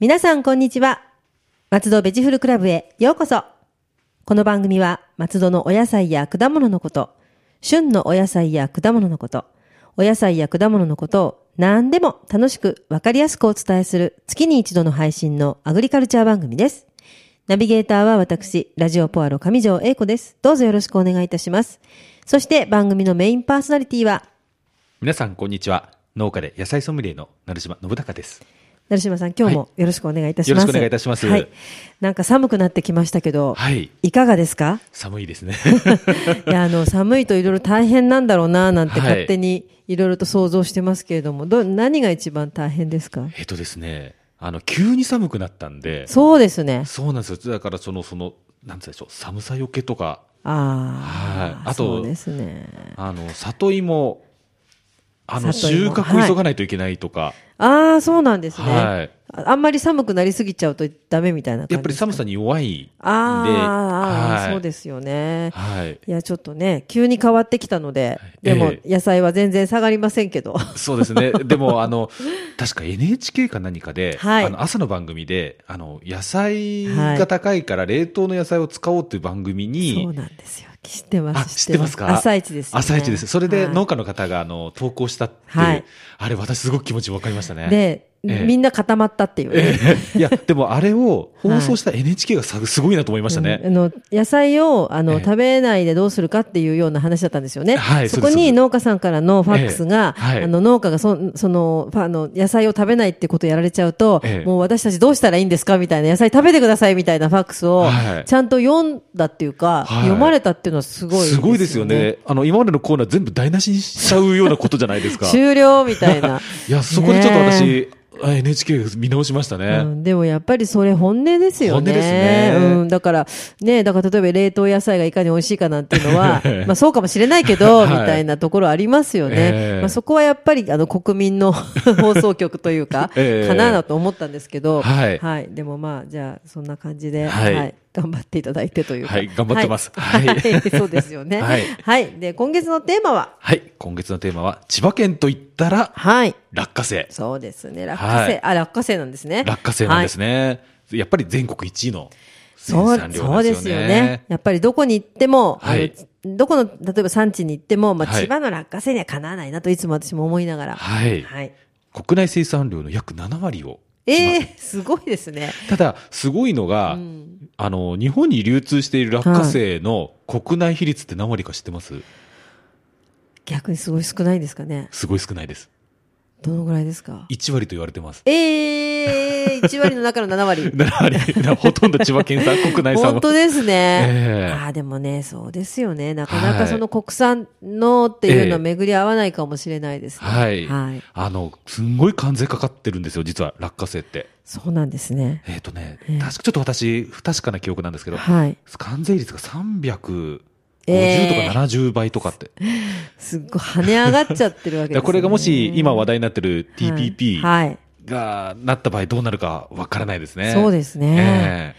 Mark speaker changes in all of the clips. Speaker 1: 皆さん、こんにちは。松戸ベジフルクラブへようこそ。この番組は、松戸のお野菜や果物のこと、旬のお野菜や果物のこと、お野菜や果物のことを何でも楽しくわかりやすくお伝えする月に一度の配信のアグリカルチャー番組です。ナビゲーターは私、ラジオポアロ上条英子です。どうぞよろしくお願いいたします。そして番組のメインパーソナリティは、
Speaker 2: 皆さん、こんにちは。農家で野菜ソムリエの成島信孝です。
Speaker 1: 成島さん、今日もよろしくお願いいたします。
Speaker 2: よろしくお願いいたします
Speaker 1: はい。なんか寒くなってきましたけど、
Speaker 2: はい。
Speaker 1: いかがです か
Speaker 2: 寒 いですね。
Speaker 1: いや、あの、寒いといろいろ大変なんだろうな、なんて
Speaker 2: はい
Speaker 1: 勝手にいろいろと想像してますけれども、ど、何が一番大変ですか
Speaker 2: えっとですね、あの、急に寒くなったんで、
Speaker 1: そうですね。
Speaker 2: そうなんですよ。だから、その、その、なんつうんでしょう、寒さよけとか、
Speaker 1: ああ、
Speaker 2: はいあと
Speaker 1: そうですね。
Speaker 2: あの、里芋、あの、
Speaker 1: 里芋
Speaker 2: 収穫急がないといけないとか、
Speaker 1: ああ、そうなんですね、
Speaker 2: はい
Speaker 1: あ。あんまり寒くなりすぎちゃうとダメみたいな感じ
Speaker 2: やっぱり寒さに弱いんで、
Speaker 1: あーあー、
Speaker 2: はい
Speaker 1: そうですよね。
Speaker 2: はい。
Speaker 1: いや、ちょっとね、急に変わってきたので、でも
Speaker 2: え、
Speaker 1: 野菜は全然下がりませんけど。
Speaker 2: そうで すね。でも、あの、確か NHK か何かで、
Speaker 1: はい
Speaker 2: あの朝の番組で、あの、野菜が高いから冷凍の野菜を使おうっていう番組に、
Speaker 1: そうなんですよ。知ってま
Speaker 2: あ、
Speaker 1: す。
Speaker 2: 知ってますか
Speaker 1: 朝一ですよね。
Speaker 2: 朝一です。それで
Speaker 1: はい
Speaker 2: 農家の方が、あの、投稿したっていう、
Speaker 1: はい
Speaker 2: あれ私すごく気持ちわかりましたね。
Speaker 1: で、
Speaker 2: ええ
Speaker 1: みんな固まったっていうね。
Speaker 2: いや、でもあれを放送した NHK がさすごいなと思いました
Speaker 1: う
Speaker 2: ね。
Speaker 1: んあの野菜をあの、
Speaker 2: ええ
Speaker 1: 食べないでどうするかっていうような話だったんですよね。
Speaker 2: はい
Speaker 1: そこ
Speaker 2: そうですそうで
Speaker 1: に
Speaker 2: す
Speaker 1: 農家さんからのファックスが、
Speaker 2: ええはい
Speaker 1: あの農家がそそのファあの野菜を食べないってことをやられちゃうと、
Speaker 2: ええ
Speaker 1: もう私たちどうしたらいいんですかみたいな野菜食べてくださいみたいなファックスを、
Speaker 2: はい
Speaker 1: ちゃんと読んだっていうか、
Speaker 2: はい
Speaker 1: 読まれたっていうのはすごい
Speaker 2: すごいですよね。あの、今までのコーナー全部台無しにしちゃうようなことじゃない ですか。い
Speaker 1: 終了みたい な。
Speaker 2: や、そこでちょっと
Speaker 1: ねえ
Speaker 2: 私、あ NHK 見直しましたね。
Speaker 1: うん、でもやっぱりそれ本音ですよね。
Speaker 2: 本音ですね
Speaker 1: うん、だから、ね、だから例えば冷凍野菜がいかに美味しいかなんていうの は、まあそうかもしれないけど、
Speaker 2: はい
Speaker 1: みたいなところありますよね。
Speaker 2: ええ
Speaker 1: まあそこはやっぱりあの国民の 放送局というか、
Speaker 2: ええ
Speaker 1: かなと思ったんですけど、
Speaker 2: はい
Speaker 1: でもまあ、じゃあそんな感じで、は、
Speaker 2: はいい
Speaker 1: 頑張っていただいてというか。
Speaker 2: はい頑張ってます
Speaker 1: はい。
Speaker 2: はい
Speaker 1: はい そうですよね。
Speaker 2: はい
Speaker 1: はい。で、今月のテーマは、
Speaker 2: はい。今月のテーマは、千葉県と言ったら、
Speaker 1: はい。
Speaker 2: 落花生。
Speaker 1: そうですね。落花生、
Speaker 2: はい
Speaker 1: あ、落花生なんですね。
Speaker 2: 落花生なんですね。やっぱり全国一位の生
Speaker 1: そう
Speaker 2: 産量
Speaker 1: そ
Speaker 2: な
Speaker 1: うんで
Speaker 2: です
Speaker 1: す
Speaker 2: よ
Speaker 1: よ
Speaker 2: ね
Speaker 1: ね。。やっぱりどこに行っても、
Speaker 2: はい
Speaker 1: あのどこの、例えば産地に行っても、まあ、
Speaker 2: は
Speaker 1: 千
Speaker 2: い
Speaker 1: 葉の落花生にはかなわないなといつも私も思いながら。
Speaker 2: はい。
Speaker 1: はい。
Speaker 2: 国内生産量の約7割を。
Speaker 1: ええすごいですね。
Speaker 2: ただ、すごいのが、
Speaker 1: うん
Speaker 2: あの、日本に流通している落花生の国内比率って何割か知ってます
Speaker 1: 逆にすごい少ないんですかね。
Speaker 2: すごい少ないです。
Speaker 1: どのぐらいですか
Speaker 2: 1割と言われてます。
Speaker 1: ええ1割の中の7 割。
Speaker 2: 7割。ほとんど千葉県産、国内産
Speaker 1: 本
Speaker 2: は。
Speaker 1: 当ですね。
Speaker 2: ええ
Speaker 1: ああ、でもね、そうですよね。なかな
Speaker 2: は
Speaker 1: か
Speaker 2: い
Speaker 1: その国産のっていうのは巡り合わないかもしれないですね。
Speaker 2: はい。
Speaker 1: はい。
Speaker 2: あの、すんごい関税かかってるんですよ、実は、落花生って。
Speaker 1: そうなんですね。
Speaker 2: えっ、とね、
Speaker 1: ええ
Speaker 2: 確かちょっと私、不確かな記憶なんですけど、
Speaker 1: はい。
Speaker 2: 関税率が350とか
Speaker 1: ええ
Speaker 2: 70倍とかって。
Speaker 1: すっごい跳ね上がっちゃってるわけ
Speaker 2: だ
Speaker 1: です
Speaker 2: か
Speaker 1: よね。
Speaker 2: らこれがもし今話題になってる TPP
Speaker 1: はい。はい
Speaker 2: がなった場合どうなるかわからないですね。
Speaker 1: そうですね。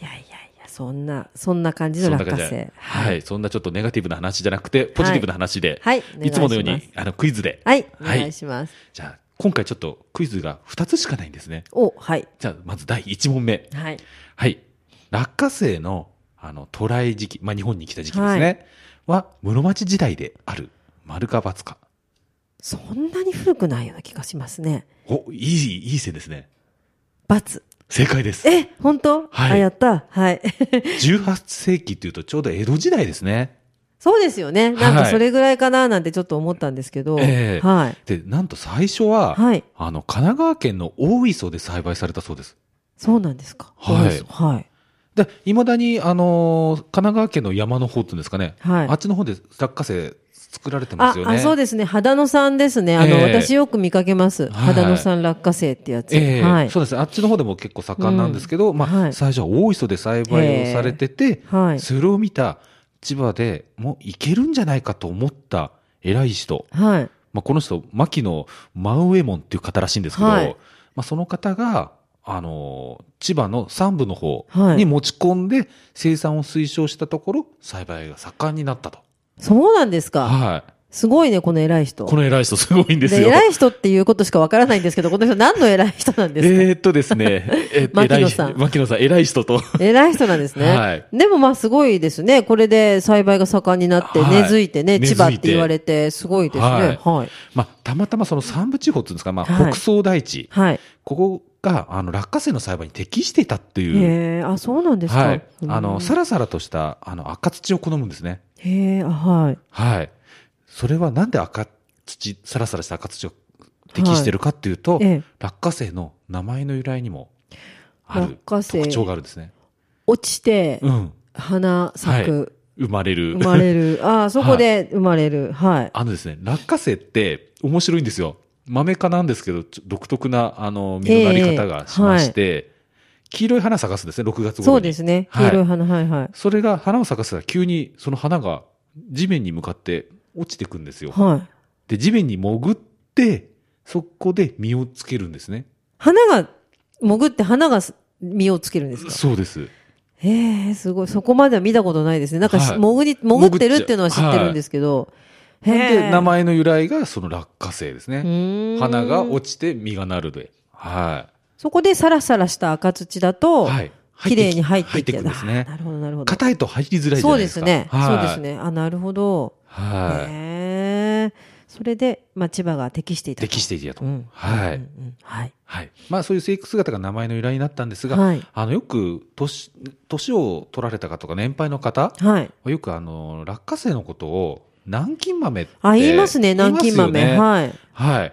Speaker 2: ええ
Speaker 1: いやいやいや、そんな、そんな感じ
Speaker 2: そ
Speaker 1: の
Speaker 2: んな
Speaker 1: 落
Speaker 2: 感
Speaker 1: 花
Speaker 2: じで
Speaker 1: 生。。
Speaker 2: はい。そんなちょっとネガティブな話じゃなくて、ポジティブな話で、
Speaker 1: はい
Speaker 2: いつものよう
Speaker 1: お願いし
Speaker 2: にあのクイズで。
Speaker 1: はい。お願いします。
Speaker 2: じゃあ、今回ちょっとクイズが2つしかないんですね。
Speaker 1: お、はい。
Speaker 2: じゃあ、まず第1問目。
Speaker 1: はい。
Speaker 2: はい。落花生の、あの、渡来時期、まあ、日本に来た時期ですね。は室町時代である、丸か×か。
Speaker 1: そんなに古くないような気がしますね。
Speaker 2: お、いい、いい線ですね。
Speaker 1: 罰。
Speaker 2: 正解です。
Speaker 1: え、本当
Speaker 2: はい
Speaker 1: あ、やった。はい。
Speaker 2: 18世紀っていうとちょうど江戸時代ですね。
Speaker 1: そうですよね。なんか
Speaker 2: はい
Speaker 1: それぐらいかななんてちょっと思ったんですけど。
Speaker 2: ええ
Speaker 1: はい。
Speaker 2: で、なんと最初は、
Speaker 1: はい
Speaker 2: あの、神奈川県の大磯で栽培されたそうです。
Speaker 1: そうなんですか。
Speaker 2: はい
Speaker 1: そうですはい。
Speaker 2: で、未だに、あのー神奈川県の山の方っていうんですかね。
Speaker 1: はい
Speaker 2: あっちの方で落花生作られてま
Speaker 1: あ
Speaker 2: すよね。
Speaker 1: あ、そうですね。肌野さんですね。あの、
Speaker 2: ええ
Speaker 1: 私よく見かけます。
Speaker 2: はい
Speaker 1: 肌野さん落花生ってやつ。
Speaker 2: ええ
Speaker 1: はい。
Speaker 2: そうですね。あっちの方でも結構盛んなんですけど、
Speaker 1: うん
Speaker 2: まあ、
Speaker 1: はい
Speaker 2: 最初は大磯で栽培をされてて、
Speaker 1: はい。
Speaker 2: それを見た千葉でもういけるんじゃないかと思った偉い人。
Speaker 1: はい。
Speaker 2: まあ、この人、牧野真上門っていう方らしいんですけど、
Speaker 1: はい
Speaker 2: まあ、その方が、あのー千葉の山部の方
Speaker 1: はい
Speaker 2: に持ち込んで生産を推奨したところ、栽培が盛んになったと。
Speaker 1: そうなんですか。
Speaker 2: はい。
Speaker 1: すごいね、この偉い人。
Speaker 2: この偉い人すごいんです
Speaker 1: で
Speaker 2: よ。
Speaker 1: 偉い人っていうことしかわからないんですけど、この人何の偉い人なんですか、
Speaker 2: えーっとですね、え
Speaker 1: 牧野
Speaker 2: 偉い
Speaker 1: さん
Speaker 2: 牧野さん、偉い人と。
Speaker 1: 偉い人なんですね。
Speaker 2: はい
Speaker 1: でもまあすごいですね。これで栽培が盛んになって
Speaker 2: はい
Speaker 1: 根付いてね、
Speaker 2: 根
Speaker 1: 千
Speaker 2: 付
Speaker 1: 葉
Speaker 2: いて
Speaker 1: って言われてすごいですね。は
Speaker 2: はいい。
Speaker 1: はい。
Speaker 2: まあ、たまたまその山武地方っていうんですか、まあ、
Speaker 1: はい
Speaker 2: 北総台地、ここが、あの、落花生の栽培に適していたって
Speaker 1: へ
Speaker 2: いう。
Speaker 1: え、あ、そうなんですか。
Speaker 2: はい。あ
Speaker 1: うん
Speaker 2: の、さらさらとした、あの、赤土を好むんですね。
Speaker 1: へえ、あはい。
Speaker 2: はい。それはなんで赤土、さらさらした赤土を適してるかっていうと、
Speaker 1: ええ、
Speaker 2: 落花生の名前の由来にもあ
Speaker 1: 落
Speaker 2: る
Speaker 1: 花
Speaker 2: 特徴
Speaker 1: 生
Speaker 2: があるんですね。
Speaker 1: 落ちて
Speaker 2: うん。
Speaker 1: 花咲く、
Speaker 2: 生まれる。
Speaker 1: 生まれる。ああ、そこで生まれる。はい。
Speaker 2: あのですね、落花生って面白いんですよ。豆科なんですけど、ちょ独特な、あの、実のなり方がしまして、黄色い花咲かすんですね、6月頃に。
Speaker 1: そうですね。
Speaker 2: はい
Speaker 1: 黄色い花、はいはい。
Speaker 2: それが花を咲かせたら急にその花が地面に向かって落ちてくんですよ。
Speaker 1: はい。
Speaker 2: で、地面に潜って、そこで実をつけるんですね。
Speaker 1: 花が、潜って花が実をつけるんですか
Speaker 2: そうです。
Speaker 1: ええすごい。そこまでは見たことないですね。なんかし、
Speaker 2: はい
Speaker 1: 潜り、潜ってるっていうのは知ってるんですけど。へ
Speaker 2: で、
Speaker 1: え
Speaker 2: 名前の由来がその落花生です
Speaker 1: う
Speaker 2: ね。
Speaker 1: ーん
Speaker 2: 花が落ちて実がなるで。は
Speaker 1: そこでサラサラした赤土だ
Speaker 2: い。
Speaker 1: と、
Speaker 2: はい。
Speaker 1: 綺麗に入って
Speaker 2: 入
Speaker 1: いっ
Speaker 2: っ
Speaker 1: て
Speaker 2: てくんです
Speaker 1: あ
Speaker 2: ね
Speaker 1: ー。なるほど、なるほど。
Speaker 2: 硬いと入りづらいじゃ
Speaker 1: そう
Speaker 2: ない
Speaker 1: で
Speaker 2: ですすか。
Speaker 1: ね。そうです
Speaker 2: ね。
Speaker 1: ね。あ、なるほど。
Speaker 2: はい。
Speaker 1: へえそれで、まあ、千葉が適していたと。
Speaker 2: 適していたと。
Speaker 1: うん
Speaker 2: は
Speaker 1: うん
Speaker 2: い。
Speaker 1: うんうんはい。
Speaker 2: はい。まあそういう生育姿が名前の由来になったんですが、
Speaker 1: はい。
Speaker 2: あの、よく、年、年を取られた方とか年配の方、
Speaker 1: はい。
Speaker 2: よくあの、落花生のことを、南京豆って。
Speaker 1: あ、言いますね、南京豆。
Speaker 2: 言いま
Speaker 1: はい。
Speaker 2: すよねはい。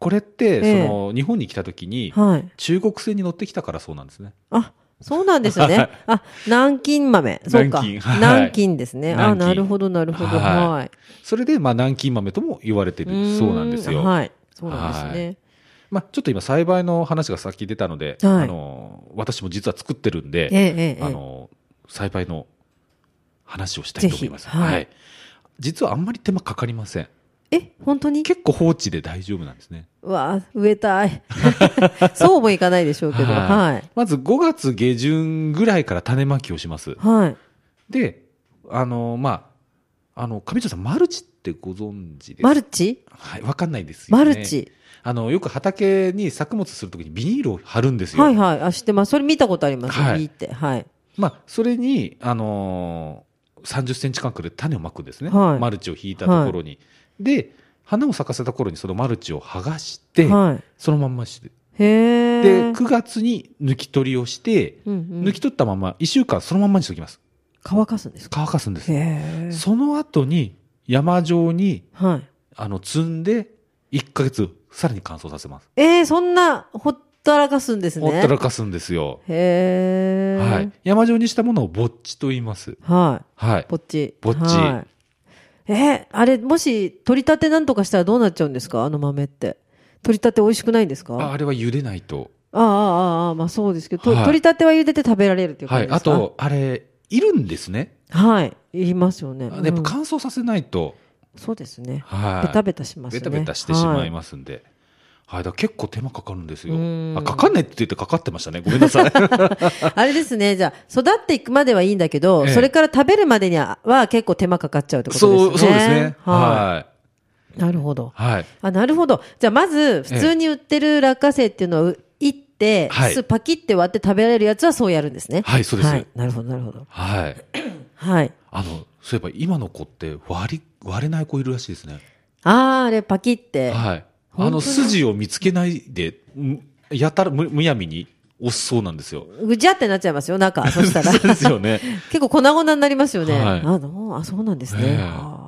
Speaker 2: これって、
Speaker 1: ええ
Speaker 2: その、日本に来た時に、
Speaker 1: はい。
Speaker 2: 中国製に乗ってきたからそうなんですね。
Speaker 1: あ、そうなんです ね。あ、南京豆。そうか。
Speaker 2: 南京はい
Speaker 1: 南京ですね。あ、
Speaker 2: 南京
Speaker 1: なるほど、なるほど。
Speaker 2: はい
Speaker 1: はい。
Speaker 2: それで、まあ、南京豆とも言われてるそうなんです
Speaker 1: うー
Speaker 2: よ。
Speaker 1: はい。そうなんですね。
Speaker 2: まあ、ちょっと今、栽培の話がさっき出たので、
Speaker 1: はい
Speaker 2: あの、私も実は作ってるん
Speaker 1: え
Speaker 2: で、
Speaker 1: え、ええ
Speaker 2: あ。の、栽培の話をしたいと思います。
Speaker 1: ぜひはい
Speaker 2: はい。実はあんまり手間かかりません。
Speaker 1: ええ、本当に
Speaker 2: 結構放置で大丈夫なんですね。
Speaker 1: うわあ植えたい。 そうもいかないでしょうけど。
Speaker 2: は
Speaker 1: はい。
Speaker 2: まず5月下旬ぐらいから種まきをします。
Speaker 1: はい。
Speaker 2: で、あの、まあ、あの、上条さん、マルチってご存知ですか
Speaker 1: マルチ
Speaker 2: はい、わかんないですよ
Speaker 1: マ
Speaker 2: ね。
Speaker 1: ルチ。
Speaker 2: あの、よく畑に作物するときにビニールを貼るんですよ。
Speaker 1: はいはい。あ、知ってます。それ見たことあります。
Speaker 2: はい
Speaker 1: いいって。はい。
Speaker 2: まあ、それに、あのー30センチ間隔で種をまくんですね。
Speaker 1: はい
Speaker 2: マルチを引いたところに。で、花を咲かせた頃にそのマルチを剥がして、
Speaker 1: はい。
Speaker 2: そのまんまして。
Speaker 1: へえ。
Speaker 2: で、9月に抜き取りをして、
Speaker 1: うんう
Speaker 2: 抜
Speaker 1: ん
Speaker 2: き取ったまま1週間そのまんまにしておきます。
Speaker 1: 乾かすんですか
Speaker 2: 乾かすんです。
Speaker 1: へえ。
Speaker 2: その後に山状に
Speaker 1: はい。
Speaker 2: あの積んで1ヶ月さらに乾燥させます。
Speaker 1: ええ、そんな、ほったらかすんですね。
Speaker 2: ほったらかすんですよ。
Speaker 1: へえ。
Speaker 2: はい。。山状にしたものをぼっちと言います。
Speaker 1: は
Speaker 2: はい
Speaker 1: い。。ぼっち。
Speaker 2: ぼっち
Speaker 1: はい、え、あれ、もし、取り立てなんとかしたらどうなっちゃうんですかあの豆って。取り立て美味しくないんですか
Speaker 2: あ
Speaker 1: あ
Speaker 2: あれは茹でないと。
Speaker 1: あ、ああ、ああ、まあそうですけど、と
Speaker 2: はい
Speaker 1: 取り立ては茹でて食べられるっていうこ
Speaker 2: は
Speaker 1: と
Speaker 2: い。
Speaker 1: で
Speaker 2: あ
Speaker 1: すか
Speaker 2: と、あれ、いるんですね。
Speaker 1: はい。いりますよね。
Speaker 2: やっぱ
Speaker 1: うん
Speaker 2: 乾燥させないと、
Speaker 1: そうですね。
Speaker 2: はい。
Speaker 1: ベタベタしますね。
Speaker 2: ベタベタしてしまい
Speaker 1: ま
Speaker 2: ますんで。はい。だから結構手間かかるんですよ
Speaker 1: う。ん
Speaker 2: あ、かかんないって言ってかかってましたね。ごめんな さい。
Speaker 1: す。あれですね、じゃあ、育っていくまではいいんだけど、
Speaker 2: ええ
Speaker 1: それから食べるまでにはは結構手間かかっちゃうってことですね。
Speaker 2: そう、そうですね。
Speaker 1: は。
Speaker 2: はい
Speaker 1: なるほど
Speaker 2: い。。はい。
Speaker 1: あ、なるほど。じゃあ、まず、普通に売ってる落花生っていうのは、いって、
Speaker 2: はい
Speaker 1: すパキって割って食べられるやつはそうやるんですね。
Speaker 2: はいそうです
Speaker 1: はい。なるほど、なるほど。
Speaker 2: はい。
Speaker 1: はい。
Speaker 2: あの、そういえば今の子って割り、割れない子いるらしいですね。
Speaker 1: あー、あれ、パキって。
Speaker 2: はい。
Speaker 1: 本当だ
Speaker 2: あの、筋を見つけないで、むやたらむ、むやみに押すそうなんですよ。
Speaker 1: ぐじゃってなっちゃいますよ、 中。そしたら。
Speaker 2: そうです
Speaker 1: 結
Speaker 2: よね。
Speaker 1: 構粉々になりますよね。
Speaker 2: はい
Speaker 1: あの、あ、そうなんですね。
Speaker 2: ええ
Speaker 1: あー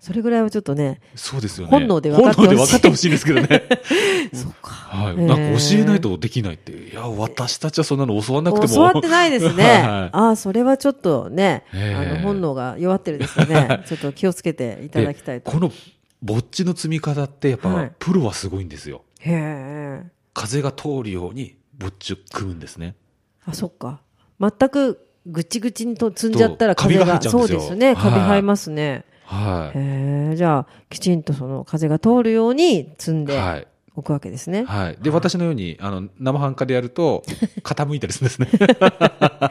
Speaker 1: それぐらいはちょっとね、
Speaker 2: そうですよね。
Speaker 1: 本能で分かってほしい
Speaker 2: 本能で分かってほしいんですけどね。
Speaker 1: そうか。
Speaker 2: はい。
Speaker 1: えー
Speaker 2: なんか教えないとできないって。いや、私たちはそんなの教わんなくても。
Speaker 1: 教わってないですね。
Speaker 2: はい
Speaker 1: ああ、それはちょっとね、
Speaker 2: ええ
Speaker 1: あの、本能が弱ってるんですかね。ちょっと気をつけていただきたい
Speaker 2: で
Speaker 1: と。
Speaker 2: このぼっちの積み方ってやっ
Speaker 1: は
Speaker 2: ぱ
Speaker 1: い
Speaker 2: プロはすごいんですよ。
Speaker 1: へえ。
Speaker 2: 風が通るようにぼっちを組むんですね。
Speaker 1: あ、そっか。全くぐちぐちにと積んじゃったら
Speaker 2: とカビ
Speaker 1: 風
Speaker 2: が
Speaker 1: が
Speaker 2: 入っちゃう
Speaker 1: そ
Speaker 2: んで
Speaker 1: う
Speaker 2: すよ
Speaker 1: ですね。カビ
Speaker 2: はい
Speaker 1: 生えますね。
Speaker 2: は
Speaker 1: へえ、じゃあ、きちんとその風が通るように積ん
Speaker 2: い。
Speaker 1: で、
Speaker 2: はい。
Speaker 1: 置くわけですね。
Speaker 2: はい。で、私のように、あの、生半可でやると、傾いたりするんですね。
Speaker 1: あ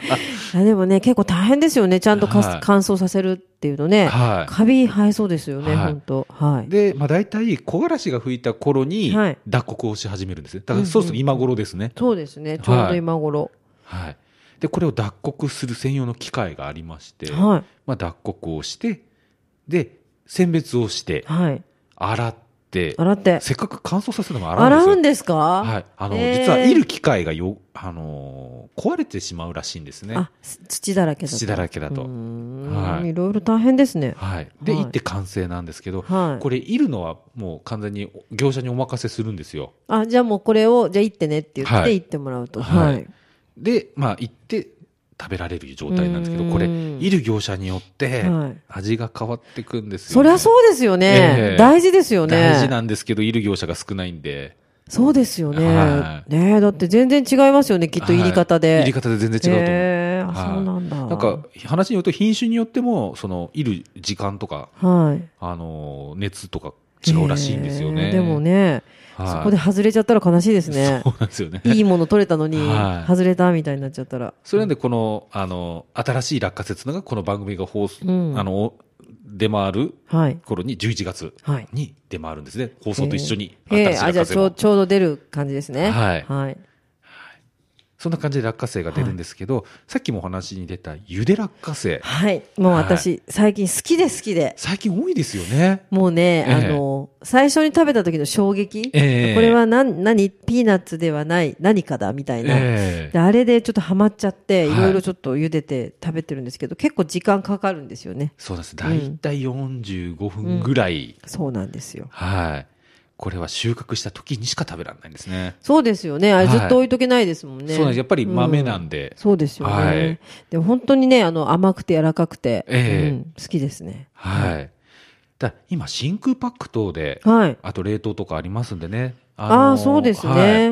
Speaker 1: でもね、結構大変ですよね。ちゃんとかす
Speaker 2: はい
Speaker 1: 乾燥させるっていうのね。
Speaker 2: はい。
Speaker 1: カビ生えそうですよね、
Speaker 2: はい
Speaker 1: 本当はい。
Speaker 2: で、まあ、大体、木枯らしが吹いた頃に
Speaker 1: はい、
Speaker 2: 脱穀をし始めるんですね。だから、そろそろ今頃ですね。
Speaker 1: そうですね、ちょうど今頃。
Speaker 2: はい。で、これを脱穀する専用の機械がありまして、
Speaker 1: は
Speaker 2: まあ、脱穀をして、で、選別をし
Speaker 1: い。
Speaker 2: て、
Speaker 1: はい。
Speaker 2: 洗って、
Speaker 1: 洗って。
Speaker 2: せっかく乾燥させたのも洗うんで
Speaker 1: 洗
Speaker 2: すよ
Speaker 1: うん。ですか
Speaker 2: はい。あの、
Speaker 1: へー
Speaker 2: 実は、いる機械がよ、あのー壊れてしまうらしいんですね。
Speaker 1: あ、す土だらけだと。
Speaker 2: 土だらけだと
Speaker 1: うーん
Speaker 2: はい
Speaker 1: いろいろ大変ですね。
Speaker 2: はい。で、
Speaker 1: はい
Speaker 2: 行って完成なんですけど、
Speaker 1: はい。
Speaker 2: これ、いるのはもう完全に業者にお任せするんですよ。
Speaker 1: あ、じゃあもうこれを、じゃあ行ってねって言っ
Speaker 2: は
Speaker 1: て
Speaker 2: い
Speaker 1: 行ってもらうと。
Speaker 2: はい
Speaker 1: はい。
Speaker 2: で、まあ、行って食べられる状態なんですけ
Speaker 1: うー
Speaker 2: ど、
Speaker 1: ん
Speaker 2: これ、いる業者によって
Speaker 1: はい、
Speaker 2: 味が変わってくんですよ、
Speaker 1: そりゃそうですよ
Speaker 2: え
Speaker 1: ね。
Speaker 2: え
Speaker 1: 大事ですよね。
Speaker 2: 大事なんですけど、いる業者が少ないんで。
Speaker 1: そうですよね。
Speaker 2: は
Speaker 1: ねえだって全然違いますよね、きっと入り方で。
Speaker 2: はい入り方で全然違うと思う。
Speaker 1: へえあ
Speaker 2: はい
Speaker 1: そうなんだ。
Speaker 2: なんか、話によって品種によっても、その、いる時間とか、
Speaker 1: はい。
Speaker 2: あの、熱とか違うらしいんですよ
Speaker 1: へ
Speaker 2: ね。
Speaker 1: えでも、ね、
Speaker 2: はい、
Speaker 1: そこで外れちゃったら悲しいですね
Speaker 2: そ。うなんですよね。
Speaker 1: いいもの取れたのに
Speaker 2: は、い
Speaker 1: 外れたみたいになっちゃったら。
Speaker 2: それなんで、この、あの、新しい落下説のが、この番組が放送、
Speaker 1: うん
Speaker 2: あの、出回る
Speaker 1: はい。
Speaker 2: 頃に、11月
Speaker 1: はい。
Speaker 2: に出回るんですね。放送と一緒に、
Speaker 1: ええ
Speaker 2: 新しい
Speaker 1: あ、
Speaker 2: 落
Speaker 1: じゃ
Speaker 2: 花
Speaker 1: あ
Speaker 2: 生
Speaker 1: ちょ
Speaker 2: も
Speaker 1: う、ちょうど出る感じですね。
Speaker 2: はい
Speaker 1: はい。
Speaker 2: そんな感じで落花生が出るんですけど、さっきもお話に出た、ゆで落花生。
Speaker 1: はい。もう私、最近好きで好きで。
Speaker 2: 最近多いですよね。
Speaker 1: もうね、
Speaker 2: ええ
Speaker 1: あの、最初に食べた時の衝撃。
Speaker 2: ええ
Speaker 1: これは何、何、ピーナッツではない、何かだ、みたいな。
Speaker 2: え
Speaker 1: であれでちょっとハマっちゃって、
Speaker 2: は
Speaker 1: い
Speaker 2: い
Speaker 1: ろいろちょっと茹でて食べてるんですけど、結構時間かかるんですよね。
Speaker 2: そうなんです。だいたい45分ぐらい、
Speaker 1: そうなんですよ。
Speaker 2: はい。これは収穫した時にしか食べられないんですね。
Speaker 1: そうですよね。あれ
Speaker 2: はい
Speaker 1: ずっと置いとけないですもんね。
Speaker 2: そうなんです。やっぱり豆な
Speaker 1: うん
Speaker 2: で。
Speaker 1: そうですよね。
Speaker 2: はい
Speaker 1: でも本当にね、あの、甘くて柔らかくて、
Speaker 2: ええ
Speaker 1: うん好きですね。
Speaker 2: はい。だから今、真空パック等で、
Speaker 1: はい。
Speaker 2: あと冷凍とかありますんでね。
Speaker 1: あ、
Speaker 2: のー
Speaker 1: あー、そうですね。
Speaker 2: はい
Speaker 1: う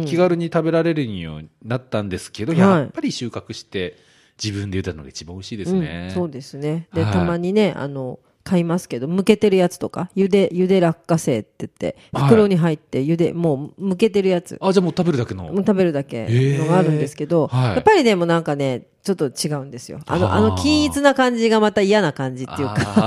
Speaker 1: ん。
Speaker 2: 気軽に食べられるようになったんですけど、
Speaker 1: はい
Speaker 2: やっぱり収穫して自分で茹でたのが一番美味しいです
Speaker 1: う
Speaker 2: ね
Speaker 1: ん。そうですね。で、
Speaker 2: はい
Speaker 1: たまにね、あの、買いますけど、剥けてるやつとか、ゆで、ゆで落花生って言って、
Speaker 2: はい
Speaker 1: 袋に入って、ゆで、もう、剥けてるやつ、
Speaker 2: あ、じゃあもう食べるだけの。
Speaker 1: もう食べるだけのがあるんですけど、
Speaker 2: えーはい
Speaker 1: やっぱりね、もうなんかね、ちょっと違うんですよ。あの、あ
Speaker 2: あー
Speaker 1: の、均一な感じがまた嫌な感じっていうか、
Speaker 2: あ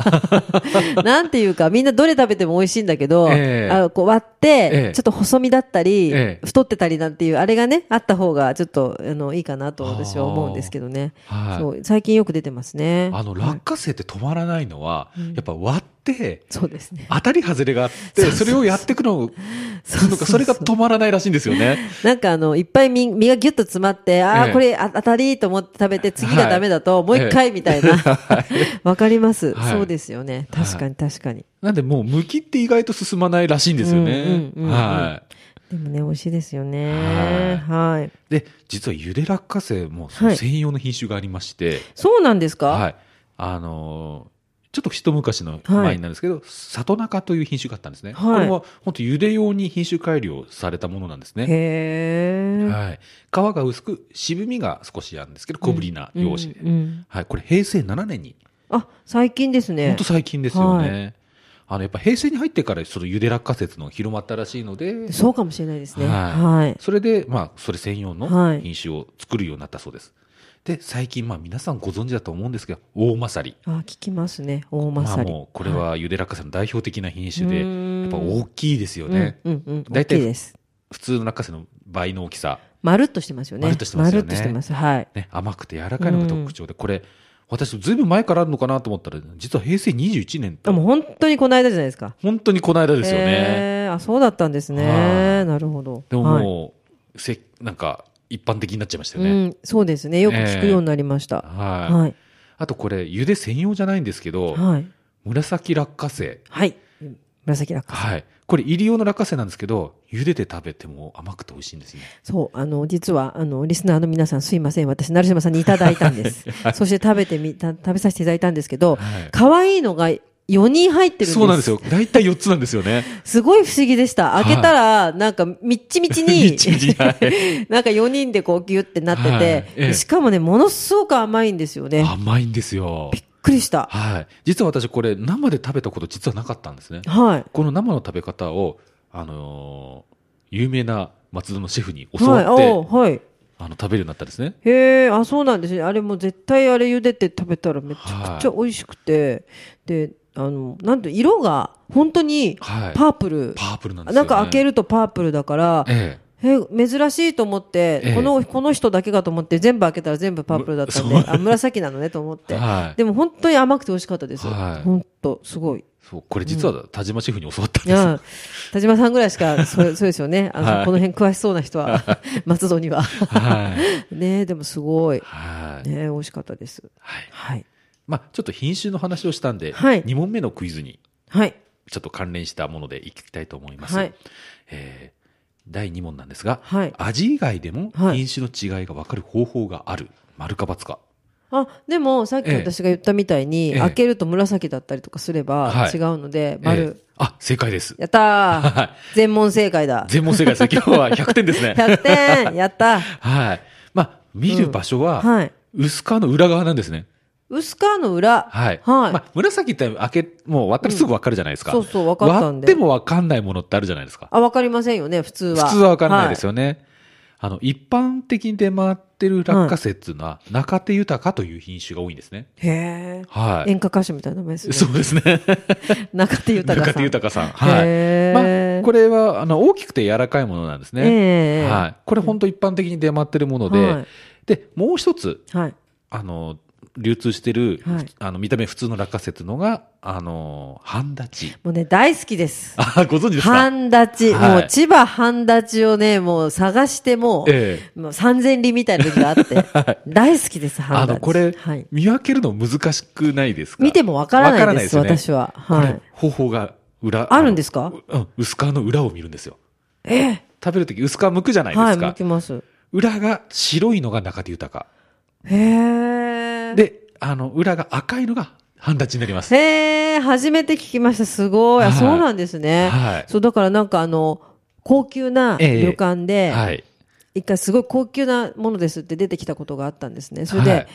Speaker 2: ー
Speaker 1: なんていうか、みんなどれ食べても美味しいんだけど、
Speaker 2: ええ
Speaker 1: あのこう割って、
Speaker 2: ええ
Speaker 1: ちょっと細身だったり、
Speaker 2: ええ
Speaker 1: 太ってたりなんていう、あれがね、あった方が、ちょっと、あの、いいかなと私は思うんですけどね。
Speaker 2: はい
Speaker 1: そう最近よく出てますね。
Speaker 2: あの、
Speaker 1: はい
Speaker 2: 落花生って止まらないのは、やっぱ割って、
Speaker 1: そうですね。
Speaker 2: 当たり外れがあって、それをやっていくの、するのか、それが止まらないらしいんですよね。
Speaker 1: なんかあの、いっぱい身身がギュッと詰まって、あ
Speaker 2: え
Speaker 1: あ、
Speaker 2: え
Speaker 1: これあ当たりと思って食べて、次がダメだと、 もう
Speaker 2: い
Speaker 1: 一回みたい な。わかります。
Speaker 2: はい
Speaker 1: そうですよね。確かに確かに。
Speaker 2: なんでもう、むきって意外と進まないらしいんですよね。
Speaker 1: うんうんうんうん
Speaker 2: は
Speaker 1: でもね、美味しいですよね。はい。
Speaker 2: い。で、実はゆで落花生も
Speaker 1: はい
Speaker 2: 専用の品種がありまして、
Speaker 1: そうなんです
Speaker 2: はい。
Speaker 1: か
Speaker 2: あのーちょっと一昔の前になるんですけど、里中という品種があったんですね。
Speaker 1: はい
Speaker 2: これは本当ゆで用に品種改良されたものなんですね。
Speaker 1: へえ。
Speaker 2: はい。皮が薄く、渋みが少しあるんですけど、小ぶりな用紙で。
Speaker 1: うんうん
Speaker 2: はい。これ平成7年に
Speaker 1: あ、最近ですね
Speaker 2: 本当。最近ですよね。
Speaker 1: は
Speaker 2: あのやっぱ平成に入ってからそのゆで落花説の広まったらしいので、
Speaker 1: そうかもしれないですね。
Speaker 2: は
Speaker 1: はい。
Speaker 2: それでまあそれ専用の
Speaker 1: はい
Speaker 2: 品種を作るようになったそうです。で最近まあ皆さんご存知だと思うんですけど大まさり。
Speaker 1: あ、聞きますね。大ま
Speaker 2: まあ
Speaker 1: さり。
Speaker 2: もうこれはゆで落花生の代表的な品種
Speaker 1: うーん
Speaker 2: でやっぱ大きいですよね。
Speaker 1: うんうんうん。大
Speaker 2: 大体
Speaker 1: きいです。
Speaker 2: 普通の落花生の倍の大きさ、
Speaker 1: まるっとしてますよね。
Speaker 2: まるっとしてますよ
Speaker 1: ま
Speaker 2: ね
Speaker 1: るっとしてます。はい。
Speaker 2: ね、甘くて柔らかいのが特徴で、これ私ずいぶん前からあるのかなと思ったら実は平成21年
Speaker 1: あ
Speaker 2: と
Speaker 1: もう本当にこの間じゃないですか。
Speaker 2: 本当にこの間ですよね。
Speaker 1: へーあ、そうだったんです
Speaker 2: は
Speaker 1: ね。なるほど。
Speaker 2: でも
Speaker 1: はい
Speaker 2: もう、せなんか一般的になっちゃいましたよね。
Speaker 1: うん、そうですね。よく聞くようになりました。
Speaker 2: はい、
Speaker 1: はい。
Speaker 2: あとこれ、茹で専用じゃないんですけど、
Speaker 1: はい。
Speaker 2: 紫落花生。
Speaker 1: はい。紫落花。
Speaker 2: はい。これ、入り用の落花生なんですけど、茹でて食べても甘くて美味しいんですね。
Speaker 1: そう、あの、実は、あの、リスナーの皆さんすいません。私、成島さんにいただいたんです。そして食べてみた、食べさせていただいたんですけど、
Speaker 2: はい
Speaker 1: 可愛いのが4人入ってるんです。
Speaker 2: そうなんですよ。大体4つなんです よね。
Speaker 1: すごい不思議でした。開けたら、なんか、みっちみちに、
Speaker 2: みっちみちには
Speaker 1: なんか4人でこう、ギュってなってて、
Speaker 2: はいええ
Speaker 1: しかもね、ものすごく甘いんですよね。びっ
Speaker 2: 甘いんですよ。
Speaker 1: くりした。
Speaker 2: はい。実は私、これ、生で食べたこと実はなかったんですね。
Speaker 1: はい。
Speaker 2: この生の食べ方を、あのー有名な松戸のシェフに教わ
Speaker 1: はい、
Speaker 2: って、
Speaker 1: おーはい。
Speaker 2: あの、食べるようになったんですね。
Speaker 1: へえ、あ、そうなんですね。あれも絶対あれ茹でて食べたらめちゃくちゃ美味しくて、で、あの、なんと色が本当に
Speaker 2: はい。
Speaker 1: パープル。
Speaker 2: パープルなんです
Speaker 1: な
Speaker 2: よ、ね。
Speaker 1: んか開け
Speaker 2: る。
Speaker 1: るとパープルだから、
Speaker 2: ええ。
Speaker 1: え珍しいと思って、
Speaker 2: ええ
Speaker 1: このこの人だけかと思って全部開けたら全部パープルだったんで
Speaker 2: む
Speaker 1: あ紫なのねと思って
Speaker 2: はい。
Speaker 1: でも本当に甘くて美味しかったです、
Speaker 2: はい
Speaker 1: 本当すごい
Speaker 2: そう、これ実は田島シェフに教わったん
Speaker 1: い
Speaker 2: ですよ。
Speaker 1: や田島さんぐらいしか そうそうですよねあの、
Speaker 2: はい
Speaker 1: この辺詳しそうな人 は松戸には
Speaker 2: はい。
Speaker 1: ねえでもすごい、
Speaker 2: はい。
Speaker 1: ねえ、美味しかったです
Speaker 2: はい。
Speaker 1: はい
Speaker 2: まあ、ちょっと品種の話をしたんで、
Speaker 1: はい
Speaker 2: 2問目のクイズに
Speaker 1: はい
Speaker 2: ちょっと関連したものでいきたいと思います。
Speaker 1: はい
Speaker 2: えー第2問なんですが、
Speaker 1: はい
Speaker 2: 味以外でも
Speaker 1: はい
Speaker 2: 品種の違いが分かる方法がある。丸か×か。
Speaker 1: あでもさっき
Speaker 2: ええ
Speaker 1: 私が言ったみたいに、
Speaker 2: ええ
Speaker 1: 開けると紫だったりとかすれば
Speaker 2: はい
Speaker 1: 違うので、丸、
Speaker 2: えーあ、正解です。
Speaker 1: やった ー
Speaker 2: はい。
Speaker 1: 全問正解だ
Speaker 2: 全問正解です。今日は100 点ですね。
Speaker 1: 100点やった
Speaker 2: はい。まあ、見る場所 は、
Speaker 1: はい
Speaker 2: 薄皮の裏側なんですね。
Speaker 1: 薄皮の裏
Speaker 2: はい。
Speaker 1: はい
Speaker 2: まあ、紫って開け、もう割ったらすぐ分かるじゃないですか。
Speaker 1: そうそう分かったんで
Speaker 2: 割っても分かんないものってあるじゃないですか。
Speaker 1: あ分かりませんよね普通
Speaker 2: 普
Speaker 1: は
Speaker 2: 通は分かんないです
Speaker 1: よ、
Speaker 2: よね。あの、一般的に出回ってる落花生っていうのは、中手豊という品種が多いんですね。
Speaker 1: はいへ
Speaker 2: はい
Speaker 1: え。演歌歌手みたいな名前ですね
Speaker 2: そうですね。
Speaker 1: 中手豊さ
Speaker 2: 中
Speaker 1: ん
Speaker 2: 手豊さん。はい。ま
Speaker 1: へ
Speaker 2: あ、
Speaker 1: ー
Speaker 2: これは、あの、大きくて柔らかいものなんですね。
Speaker 1: ええ
Speaker 2: はい。これ本当一般的に出回ってるもので、
Speaker 1: はい
Speaker 2: で、もう一つ、
Speaker 1: はい
Speaker 2: あの、流通してる、
Speaker 1: はい
Speaker 2: あの、見た目普通の落花生っていうのが、あの、半立ち。
Speaker 1: もうね大好きです
Speaker 2: あ、ご存知ですか
Speaker 1: 半立ち、
Speaker 2: はい
Speaker 1: もう千葉半立ちをねもう探してもう、
Speaker 2: ええ
Speaker 1: もう三千里みたいな時があっ て、大好きです半
Speaker 2: あ
Speaker 1: 立ち
Speaker 2: の、これ、
Speaker 1: はい、
Speaker 2: 見分けるの難しくないですか
Speaker 1: 見てもわからないです
Speaker 2: わからないです
Speaker 1: 私はは
Speaker 2: これ
Speaker 1: い
Speaker 2: 方法が裏。
Speaker 1: あるんですか
Speaker 2: あのううん、薄皮の裏を見るんですよ。食べるとき薄皮剥くじゃないで
Speaker 1: はい
Speaker 2: すか。
Speaker 1: 向きます
Speaker 2: 裏が白いのが中手豊。
Speaker 1: へえ
Speaker 2: で、あの、裏が赤いのが半立ちになります。
Speaker 1: へえ、初めて聞きました。すごい。あ
Speaker 2: はい
Speaker 1: そうなんですね。
Speaker 2: はい
Speaker 1: そう、だからなんかあの、高級な
Speaker 2: ええ
Speaker 1: 旅館で、
Speaker 2: はい。
Speaker 1: 一回すごい高級なものですって出てきたことがあったんですね。それで、
Speaker 2: はい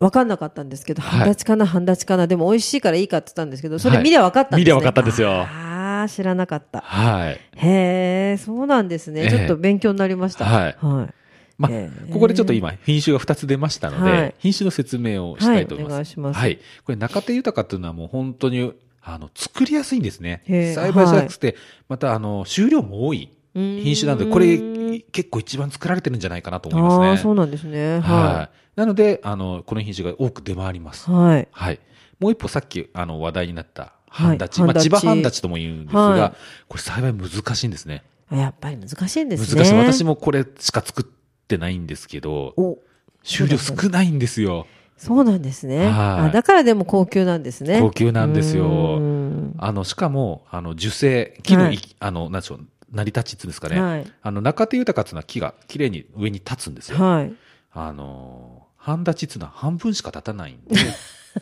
Speaker 1: わかんなかったんですけど、
Speaker 2: はい
Speaker 1: 半立ちかな、半立ちかな、でも美味しいからいいかって言ったんですけど、それ
Speaker 2: はい
Speaker 1: 見りゃ分かったんですね。
Speaker 2: 見りゃ分かったんですよ
Speaker 1: ああ、知らなかった。
Speaker 2: はい。
Speaker 1: へえ、そうなんですね。
Speaker 2: ええ
Speaker 1: ちょっと勉強になりました。
Speaker 2: はい
Speaker 1: はい。
Speaker 2: ま
Speaker 1: え
Speaker 2: あ、
Speaker 1: え
Speaker 2: ここでちょっと今、品種が2つ出ましたので、
Speaker 1: はい
Speaker 2: 品種の説明をしたいと思います。
Speaker 1: はいお願いします
Speaker 2: はいこれ、中手豊というのはもう本当に、あの、作りやすいんですね
Speaker 1: へえ。
Speaker 2: 栽培しやすくて、また、あの、収量も多い品種なので、こ
Speaker 1: う
Speaker 2: れ
Speaker 1: ーん、
Speaker 2: 結構一番作られてるんじゃないかなと思いますね。
Speaker 1: ああ、そうなんですね。
Speaker 2: は。
Speaker 1: はい
Speaker 2: なので、あの、この品種が多く出回ります。
Speaker 1: い。はい。
Speaker 2: はい。もう一歩さっき、あの、話題になった、
Speaker 1: は
Speaker 2: 半
Speaker 1: い
Speaker 2: 立ち。まあ、
Speaker 1: 半立
Speaker 2: 千
Speaker 1: ち
Speaker 2: 葉半立ちとも言うんですが、
Speaker 1: はい
Speaker 2: これ栽培難しいんですね。
Speaker 1: やっぱり難しいんで
Speaker 2: 難
Speaker 1: す
Speaker 2: し
Speaker 1: ね。
Speaker 2: い。私もこれしか作ってないんですけど、
Speaker 1: お
Speaker 2: 収量少ないんですよ。
Speaker 1: そうなんですね。
Speaker 2: はい
Speaker 1: あだからでも高級なんですね。
Speaker 2: 高級なんですよ
Speaker 1: うーん
Speaker 2: あの、しかも、あの、樹勢、木のい、
Speaker 1: はい
Speaker 2: あの、なんでしょう、成り立ちっていうんですかね。
Speaker 1: はい。
Speaker 2: あの、中手豊っていうのは木が綺麗に上に立つんですよ。
Speaker 1: はい。
Speaker 2: あのー、半立ちっていうのは半分しか立たないんで、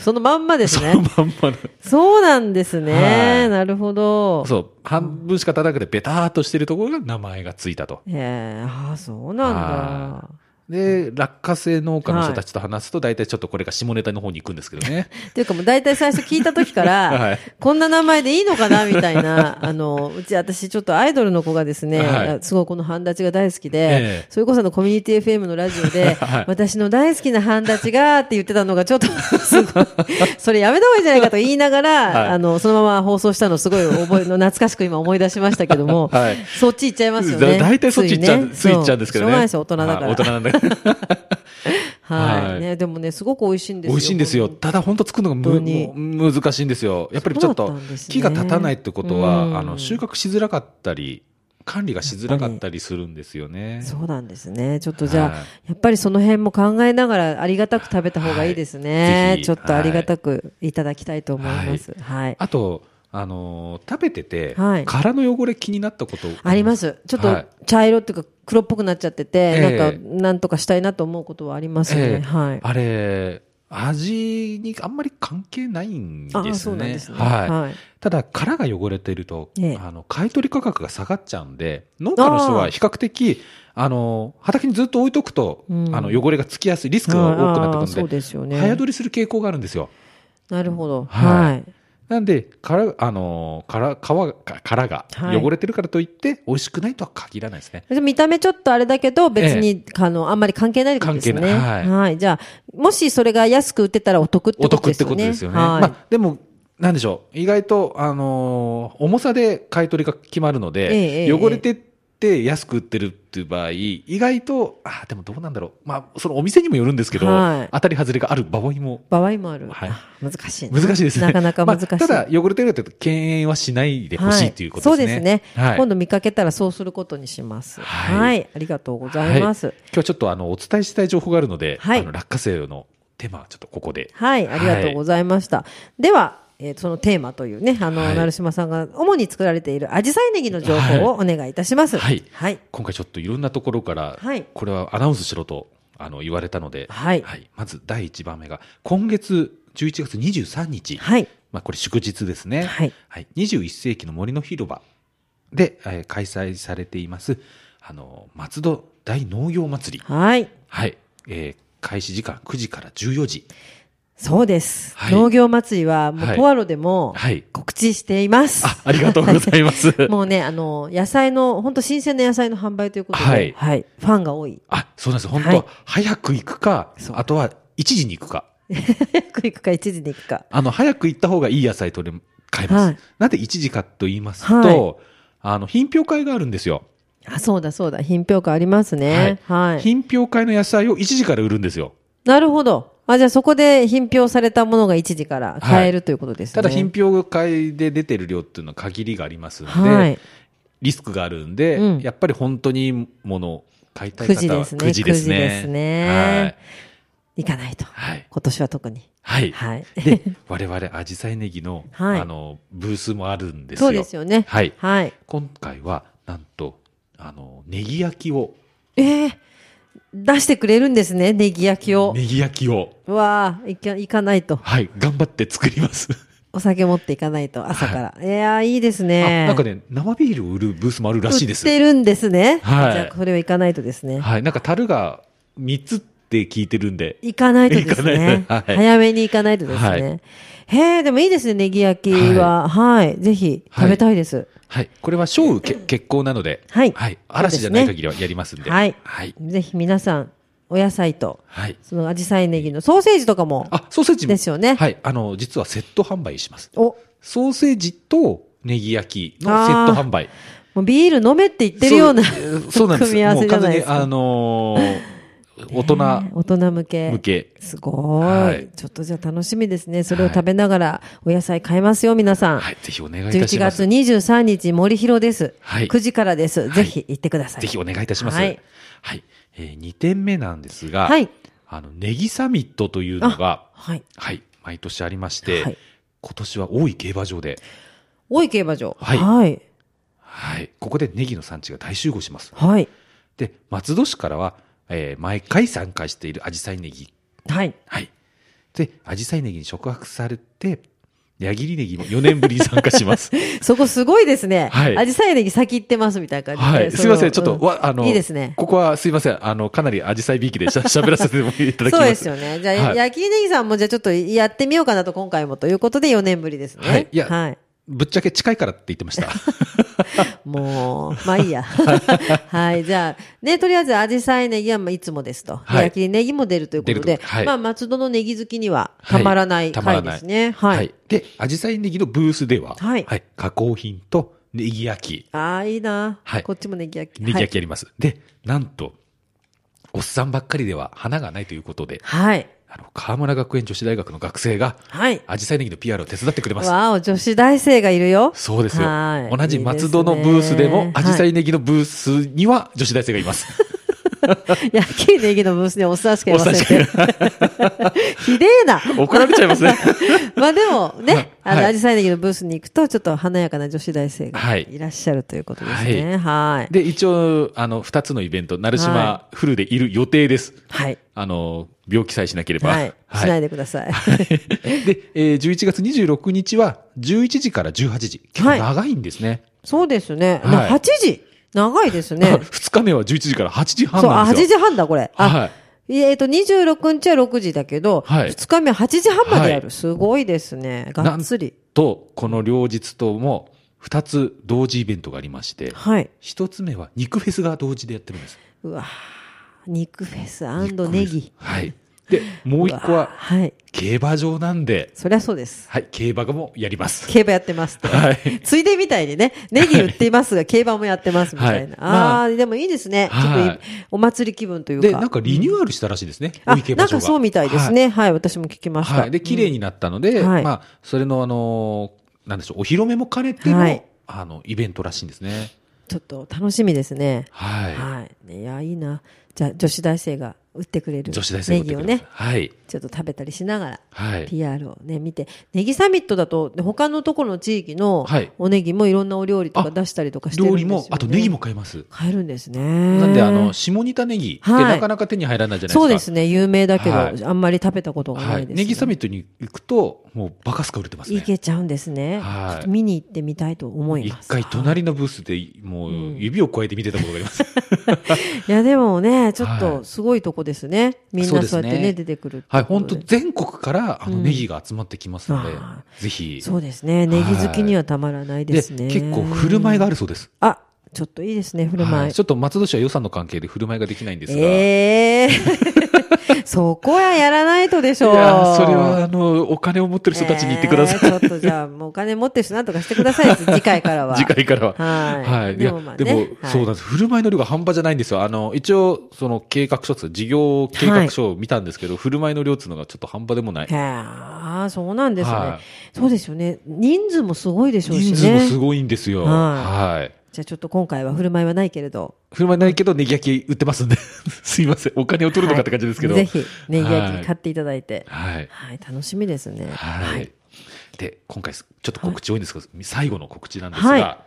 Speaker 1: そのまんまです
Speaker 2: そ
Speaker 1: ね
Speaker 2: の。まんまの
Speaker 1: そうなんですね。
Speaker 2: はい
Speaker 1: なるほど。
Speaker 2: そう、半分しか立たなくて、ベターっとしてるところが名前がついたと。
Speaker 1: ええああ、そうなんだ
Speaker 2: は。で、落花生農家の人たちと話すと、大体ちょっとこれが下ネタの方に行くんですけどね。
Speaker 1: っていうかもう大体最初聞いた時から、
Speaker 2: はい
Speaker 1: こんな名前でいいのかなみたい な、あの、うち私ちょっとアイドルの子がですね、
Speaker 2: はい
Speaker 1: すごいこの半立ちが大好きで、
Speaker 2: ええ
Speaker 1: それこそあのコミュニティ FM のラジオで、
Speaker 2: はい
Speaker 1: 私の大好きな半立ちがって言ってたのがちょっと すごい、それやめた方がいいんじゃないかと言いながら、
Speaker 2: はい
Speaker 1: あの、そのまま放送したのすごい覚え、懐かしく今思い出しましたけども、
Speaker 2: はい
Speaker 1: そっち行っちゃいますよね。
Speaker 2: だ大体そっち行っちゃう、つい行っちゃうんですけどね。
Speaker 1: そうしょうがないですよ、大人だから。
Speaker 2: はい大人なんだから。
Speaker 1: はい、
Speaker 2: はい
Speaker 1: ね。でもね、すごく美味しいんですよ。
Speaker 2: 美味しいんですよ。ただ本当作るのが
Speaker 1: 本当
Speaker 2: む
Speaker 1: に
Speaker 2: もう難しいんですよ。やっぱりちょっ
Speaker 1: そ
Speaker 2: と
Speaker 1: うだったんですね
Speaker 2: 木が立たないってことは、
Speaker 1: うん
Speaker 2: あの収穫しづらかったり、管理がしづらかったりするんですよね。
Speaker 1: そうなんですね。ちょっとじゃあ、
Speaker 2: はい
Speaker 1: やっぱりその辺も考えながらありがたく食べた方がいいですね。
Speaker 2: はいぜひ
Speaker 1: ちょっとありがたくいただきたいと思います。はい。
Speaker 2: あと、あのー食べてて、
Speaker 1: はい
Speaker 2: 殻の汚れ気になったこと
Speaker 1: あります。ちょっと
Speaker 2: はい
Speaker 1: 茶色っていうか黒っぽくなっちゃってて、
Speaker 2: ええ
Speaker 1: なんかなんとかしたいなと思うことはあります
Speaker 2: え
Speaker 1: ね。
Speaker 2: え
Speaker 1: はい。
Speaker 2: あれ、味にあんまり関係ないんですね。
Speaker 1: あそうなんですね。
Speaker 2: はい。
Speaker 1: はい。
Speaker 2: ただ、殻が汚れてると、
Speaker 1: ええ
Speaker 2: あの、買い取り価格が下がっちゃうんで、農家の人は比較的、あの、畑にずっと置いとくと、
Speaker 1: うん
Speaker 2: あの、汚れがつきやすい、リスクが多くなってく
Speaker 1: ああ
Speaker 2: る
Speaker 1: そ
Speaker 2: の
Speaker 1: う
Speaker 2: で、
Speaker 1: ですよね。
Speaker 2: 早取りする傾向があるんですよ。
Speaker 1: なるほど。
Speaker 2: はい
Speaker 1: はい。
Speaker 2: なんで、から、あのー、から、皮が、殻が
Speaker 1: はい
Speaker 2: 汚れてるからといって、美味しくないとは限らないですね。
Speaker 1: で見た目ちょっとあれだけど、別に、あの、あんまり関係ないってことですね。
Speaker 2: 関係ないはい
Speaker 1: じゃあ、もしそれが安く売ってたらお得って
Speaker 2: お
Speaker 1: こと
Speaker 2: 得
Speaker 1: で
Speaker 2: っ
Speaker 1: す
Speaker 2: て
Speaker 1: よね。
Speaker 2: ことですよね。
Speaker 1: はい。
Speaker 2: まあ、でも、なんでしょう。意外と、あのー重さで買い取りが決まるの
Speaker 1: えええ
Speaker 2: で、
Speaker 1: え
Speaker 2: 汚れてって安く売ってるっていう場合、意外と、あー、でもどうなんだろう。まあ、そのお店にもよるんですけど、
Speaker 1: はい
Speaker 2: 当たり外れがある場合も
Speaker 1: 場合もある。
Speaker 2: はい
Speaker 1: あ難しいな。
Speaker 2: 難しいですね。
Speaker 1: なかなか難しい。
Speaker 2: まあただ、汚れてると敬遠はしないでほしいということですね。
Speaker 1: はいそうですね、
Speaker 2: はい。
Speaker 1: 今
Speaker 2: 今
Speaker 1: 度見かけたらそうすることにします。は。
Speaker 2: はいい
Speaker 1: ありがとうございます。
Speaker 2: 日はちょっとあの、お伝えしたい情報があるので、
Speaker 1: はい
Speaker 2: あの、落花生のテーマはちょっとここで。
Speaker 1: はい、ありがとうございました。では、えーそのテーマというね、あの、
Speaker 2: はい
Speaker 1: 成島さんが主に作られているアジサイネギの情報をお願いいたします。
Speaker 2: はい
Speaker 1: はい。
Speaker 2: 今回ちょっといろんなところから、
Speaker 1: はい
Speaker 2: これはアナウンスしろと、あの、言われたので、
Speaker 1: はい
Speaker 2: まず第1番目が、今月11月23日、
Speaker 1: はい。
Speaker 2: まあ、これ祝日ですね。
Speaker 1: はい。
Speaker 2: はい、21世紀の森の広場で、えー開催されています、あの、松戸大農業祭り。
Speaker 1: はい。
Speaker 2: はい。えー開始時間9時から14時。
Speaker 1: そうです。
Speaker 2: はい
Speaker 1: 農業祭りは、もう、
Speaker 2: はい
Speaker 1: ポアロでも
Speaker 2: はい。
Speaker 1: 告知しています。
Speaker 2: あ、ありがとうございます。
Speaker 1: もうね、あの、野菜の、本当新鮮な野菜の販売ということで、は
Speaker 2: はいい。
Speaker 1: ファンが多い。
Speaker 2: あ、そうなんです。本当、
Speaker 1: はい
Speaker 2: 早く行くか
Speaker 1: そ、う
Speaker 2: あとは1時に行くか。
Speaker 1: 早く行くか、一時に行くか。
Speaker 2: あの、早く行った方がいい野菜取れ、買えます。
Speaker 1: はい
Speaker 2: なんで1時かと言いますと、
Speaker 1: はい
Speaker 2: あの、品評会があるんですよ。
Speaker 1: あ、そうだそうだ。品評会ありますね。はい。
Speaker 2: 品評会の野菜を1時から売るんですよ。
Speaker 1: なるほど。あ、じゃあそこで品評されたものが一時から買えるということですね。
Speaker 2: ただ品評会で出てる量っていうのは限りがありますんで、
Speaker 1: はい。
Speaker 2: リスクがあるんで、
Speaker 1: うん
Speaker 2: やっぱり本当にいいものを買いたい
Speaker 1: 9時
Speaker 2: 方
Speaker 1: で
Speaker 2: は
Speaker 1: すね。9時
Speaker 2: 9時
Speaker 1: で
Speaker 2: ですす
Speaker 1: ね。
Speaker 2: ね。
Speaker 1: 行かないと。
Speaker 2: はい。
Speaker 1: 今年は特に。
Speaker 2: はい。はい。
Speaker 1: はい。
Speaker 2: で、我々、アジサイネギの、
Speaker 1: はい
Speaker 2: あの、ブースもあるんですよ。
Speaker 1: そうですよね。
Speaker 2: はい。
Speaker 1: はい。
Speaker 2: 今回は、なんと、あの、ネギ焼きを、
Speaker 1: ええ出してくれるんですね、ネギ焼きを。
Speaker 2: ネギ焼きを、
Speaker 1: うわあ、行か行かないと。
Speaker 2: はい、頑張って作ります。
Speaker 1: お酒持っていかないと、朝から。い、やーいいですね。
Speaker 2: あなんかね、生ビールを売るブースもあるらしいで
Speaker 1: 売っ
Speaker 2: す。
Speaker 1: てるんですね。
Speaker 2: はい
Speaker 1: じゃあ、これは行かないとですね。
Speaker 2: はい、なんか樽が3つって聞いてるんで、
Speaker 1: 行かないとですね
Speaker 2: 行。かないとはい
Speaker 1: 早めに行かないとですね。
Speaker 2: はい
Speaker 1: へえ、でもいいですね、ネギ焼きは。はい。ぜひ、食べたいです。
Speaker 2: はい、これは小雨け結構なので、
Speaker 1: はい
Speaker 2: 嵐じゃな
Speaker 1: そ
Speaker 2: いう
Speaker 1: ですね
Speaker 2: 限りはやりますんで。
Speaker 1: はい
Speaker 2: はい。
Speaker 1: ぜひ皆さん、お野菜と、
Speaker 2: はい。
Speaker 1: そのアジサイネギのソーセージとかも。
Speaker 2: あ、ソーセージも。
Speaker 1: ですよね
Speaker 2: はい。あの、実はセット販売します。
Speaker 1: お、
Speaker 2: ソーセージとネギ焼きのセット販売。
Speaker 1: もうビール飲めって言ってるような
Speaker 2: そうそうなんです。
Speaker 1: 組み合わせじゃないですか。
Speaker 2: もう完全に、あの ー大
Speaker 1: ねえ大人向
Speaker 2: 人向
Speaker 1: け。
Speaker 2: け。
Speaker 1: すごい,、
Speaker 2: はい
Speaker 1: ちょっとじゃあ楽しみですね。それを食べながらお野菜買えますよ、皆さん。
Speaker 2: はい。ぜひお願いいたし
Speaker 1: 11
Speaker 2: ま
Speaker 1: 月
Speaker 2: す。
Speaker 1: 23日、森広です。
Speaker 2: はい
Speaker 1: 9時からです。
Speaker 2: い
Speaker 1: ぜひ行ってください。
Speaker 2: ぜひお願いいたします。
Speaker 1: は
Speaker 2: はいい。えー、2点目なんですが、
Speaker 1: はい。
Speaker 2: あの、ネギサミットというのが、
Speaker 1: はい。
Speaker 2: はい。毎年ありまして、
Speaker 1: はい
Speaker 2: 今年は大井競馬場で、
Speaker 1: 大井競馬場。
Speaker 2: はい
Speaker 1: はい。
Speaker 2: はい。ここでネギの産地が大集合します。
Speaker 1: はい。
Speaker 2: で、松戸市からは、えー毎回参加しているアジサイネギ。
Speaker 1: はい。
Speaker 2: はい。で、アジサイネギに触発されて、矢切ネギも4年ぶりに参加 します。
Speaker 1: そこすごいですね。
Speaker 2: はい
Speaker 1: アジサイネギ先行ってますみたいな感じで。
Speaker 2: はい。
Speaker 1: その
Speaker 2: すいません。ちょっと、
Speaker 1: う
Speaker 2: わ、あの、
Speaker 1: いいですね。
Speaker 2: ここはすいません。あの、かなりアジサイびいきでしゃ喋らせてもいただきます。
Speaker 1: そうですよね。じゃあ、
Speaker 2: はい
Speaker 1: 焼きネギさんもじゃあちょっとやってみようかなと今回もということで4年ぶりですね。
Speaker 2: はいいや
Speaker 1: はい。
Speaker 2: ぶっちゃけ近いからって言ってました。
Speaker 1: もう、まあいい や。はい。じゃあ、ね、とりあえず、アジサイネギはまあいつもですと。
Speaker 2: はい
Speaker 1: 焼きネギも出るということ
Speaker 2: 出る
Speaker 1: で、
Speaker 2: とはい
Speaker 1: まあ、松戸のネギ好きにはたまらない
Speaker 2: たまら
Speaker 1: 回
Speaker 2: な
Speaker 1: で
Speaker 2: い
Speaker 1: すね。はい。
Speaker 2: で、アジサイネギのブースでは、
Speaker 1: はい
Speaker 2: 加工品とネギ焼き、
Speaker 1: ああ、いいな、
Speaker 2: はい
Speaker 1: こっちもネギ焼き。
Speaker 2: ネギ焼きやります。で、なんと、おっさんばっかりでは花がないということで、
Speaker 1: はい。
Speaker 2: あの、河村学園女子大学の学生が、
Speaker 1: はい。
Speaker 2: アジサイネギの PR を手伝ってくれます。
Speaker 1: わお、女子大生がいるよ。
Speaker 2: そうですよ
Speaker 1: は。い
Speaker 2: 同じ松戸のブースでも、アジサイネギのブースには女子大生がいます。
Speaker 1: 焼きネギのブースにおっさんしかい
Speaker 2: お
Speaker 1: ません
Speaker 2: 察
Speaker 1: っ
Speaker 2: しく
Speaker 1: て。 ひでえな。
Speaker 2: 怒られちゃいますね。
Speaker 1: まあでもね、
Speaker 2: はい
Speaker 1: あの、
Speaker 2: はい
Speaker 1: アジサイネギのブースに行くと、ちょっと華やかな女子大生が
Speaker 2: はい
Speaker 1: いらっしゃるということですね。はい。
Speaker 2: で、一応、あの、二つのイベント、鳴
Speaker 1: は
Speaker 2: 島フルでいる予定です。
Speaker 1: はい。
Speaker 2: あの、病気さえしなければ。
Speaker 1: はい。しない
Speaker 2: い。
Speaker 1: でください。
Speaker 2: で、えー、11月26日は、11時から18時。結
Speaker 1: は
Speaker 2: 構
Speaker 1: い
Speaker 2: 長いんですね。
Speaker 1: そうですね。
Speaker 2: は
Speaker 1: な
Speaker 2: い。
Speaker 1: 8時。長いですね
Speaker 2: 二日目は11時から8時半
Speaker 1: そう、あ、
Speaker 2: なん
Speaker 1: 8
Speaker 2: ですよ。
Speaker 1: 時半だ、これ。
Speaker 2: は
Speaker 1: あ
Speaker 2: い、
Speaker 1: えっと、26日は6時だけど、
Speaker 2: はい
Speaker 1: 2日目は8時半までや
Speaker 2: は
Speaker 1: る。すごいですね。がっつり。
Speaker 2: と、この両日とも、二つ同時イベントがありまして、
Speaker 1: はい。
Speaker 2: 一つ目は肉フェスが同時でやってるんです。
Speaker 1: うわー肉フェスネ
Speaker 2: 肉フェス
Speaker 1: ギ。
Speaker 2: はい。で、もう一個
Speaker 1: わー
Speaker 2: は、
Speaker 1: はい。
Speaker 2: 競馬場なんで、
Speaker 1: そりゃそうです。
Speaker 2: はい、競馬もやります。
Speaker 1: 競馬やってますと。
Speaker 2: はい。
Speaker 1: ついでみたいにね、ネギ売っていますが、競馬もやってますみたいな。
Speaker 2: はいまあ
Speaker 1: ああー、でもいいですね。ちょっと
Speaker 2: はい
Speaker 1: いお祭り気分というか。
Speaker 2: で、なんかリニューアルしたらしいですね。
Speaker 1: あ
Speaker 2: 大井競
Speaker 1: な
Speaker 2: 馬
Speaker 1: ん
Speaker 2: 場が
Speaker 1: かそうみたいですね。はい、私も聞きまし
Speaker 2: は
Speaker 1: た。
Speaker 2: い、で綺麗になったので、
Speaker 1: うんはい
Speaker 2: まあ、それの、あのーなんでしょうお披露目も兼ねての,、
Speaker 1: はい
Speaker 2: あのイベントらしいんですね。
Speaker 1: ちょっと楽しみですね。
Speaker 2: はい、
Speaker 1: はい。いや、いいな。じゃあ、女子大生が売ってくれる
Speaker 2: 女子大生
Speaker 1: ネ
Speaker 2: が出
Speaker 1: ギを
Speaker 2: てくれます
Speaker 1: ね、
Speaker 2: はい
Speaker 1: ちょっと食べたりしながら。
Speaker 2: はい、
Speaker 1: PR をね、見て。ネギサミットだと、他のところの地域の
Speaker 2: はい
Speaker 1: おネギもいろんなお料理とか出したりとかしてるん
Speaker 2: 料
Speaker 1: です
Speaker 2: 理
Speaker 1: よ、ね。
Speaker 2: もあとネギも買えます。
Speaker 1: 買えるんですね。
Speaker 2: なんであの下仁田ネギって
Speaker 1: はい
Speaker 2: なかなか手に入らないじゃないですか。
Speaker 1: そうですね、有名だけど、
Speaker 2: はい
Speaker 1: あんまり食べたことがな
Speaker 2: はいい、
Speaker 1: です、ね
Speaker 2: ネギサミットに行くともうバカスカ売れてます
Speaker 1: い
Speaker 2: ね。
Speaker 1: けちゃうんですね、
Speaker 2: はい
Speaker 1: ちょっと見に行ってみたいと思い
Speaker 2: 一
Speaker 1: ます。
Speaker 2: 回隣のブースでもう指を越えて見てたことが あります。
Speaker 1: いや、でもね、ちょっ
Speaker 2: は
Speaker 1: と
Speaker 2: い
Speaker 1: すごいとこですね。みん
Speaker 2: そう
Speaker 1: な
Speaker 2: です
Speaker 1: そうやってね、
Speaker 2: ね
Speaker 1: 出てくるってこと
Speaker 2: は
Speaker 1: で
Speaker 2: い、本当全国からあのネギが集まってきますので、
Speaker 1: うんあ
Speaker 2: ぜひ。
Speaker 1: そうですね、ネギ好きにはたまらないですね。
Speaker 2: 結構振る舞いがあるそうです。
Speaker 1: あ、ちょっといいですね、振る舞い。
Speaker 2: はいちょっと松戸市は予算の関係で振る舞いができないんですが。
Speaker 1: ええ そこはやらないとでしょう。
Speaker 2: いやーそれは、あの、お金を持ってる人たちに言ってください。
Speaker 1: えーちょっとじゃあ、もうお金持ってる人なんとかしてください、次回からは。
Speaker 2: 次回からは。
Speaker 1: はい
Speaker 2: はい。い
Speaker 1: で
Speaker 2: や、で
Speaker 1: も
Speaker 2: も
Speaker 1: まあねはい
Speaker 2: そうなんです。振る舞いの量が半端じゃないんですよ。あの、一応、その計画書っつうか事業計画書を見たんですけど、振る舞いの量っていうのがちょっと半端でもない。
Speaker 1: へーそうなんですね、
Speaker 2: は
Speaker 1: そうですよね。人数もすごいでしょうし
Speaker 2: 人数も
Speaker 1: ね。
Speaker 2: すごいんですよ。
Speaker 1: はい
Speaker 2: はい。
Speaker 1: じゃあちょっと今回は振る舞いはないけれど。
Speaker 2: 振る舞いないけど、ネギ焼き売ってますんで。 すいません。お金を取るのかって感じですけど。
Speaker 1: はいぜひ、ネギ焼き買っていただいて。
Speaker 2: はい。
Speaker 1: はい、楽しみですね。
Speaker 2: はい。で、今回、ちょっと告知多いんですけど、最後の告知なんですが、
Speaker 1: は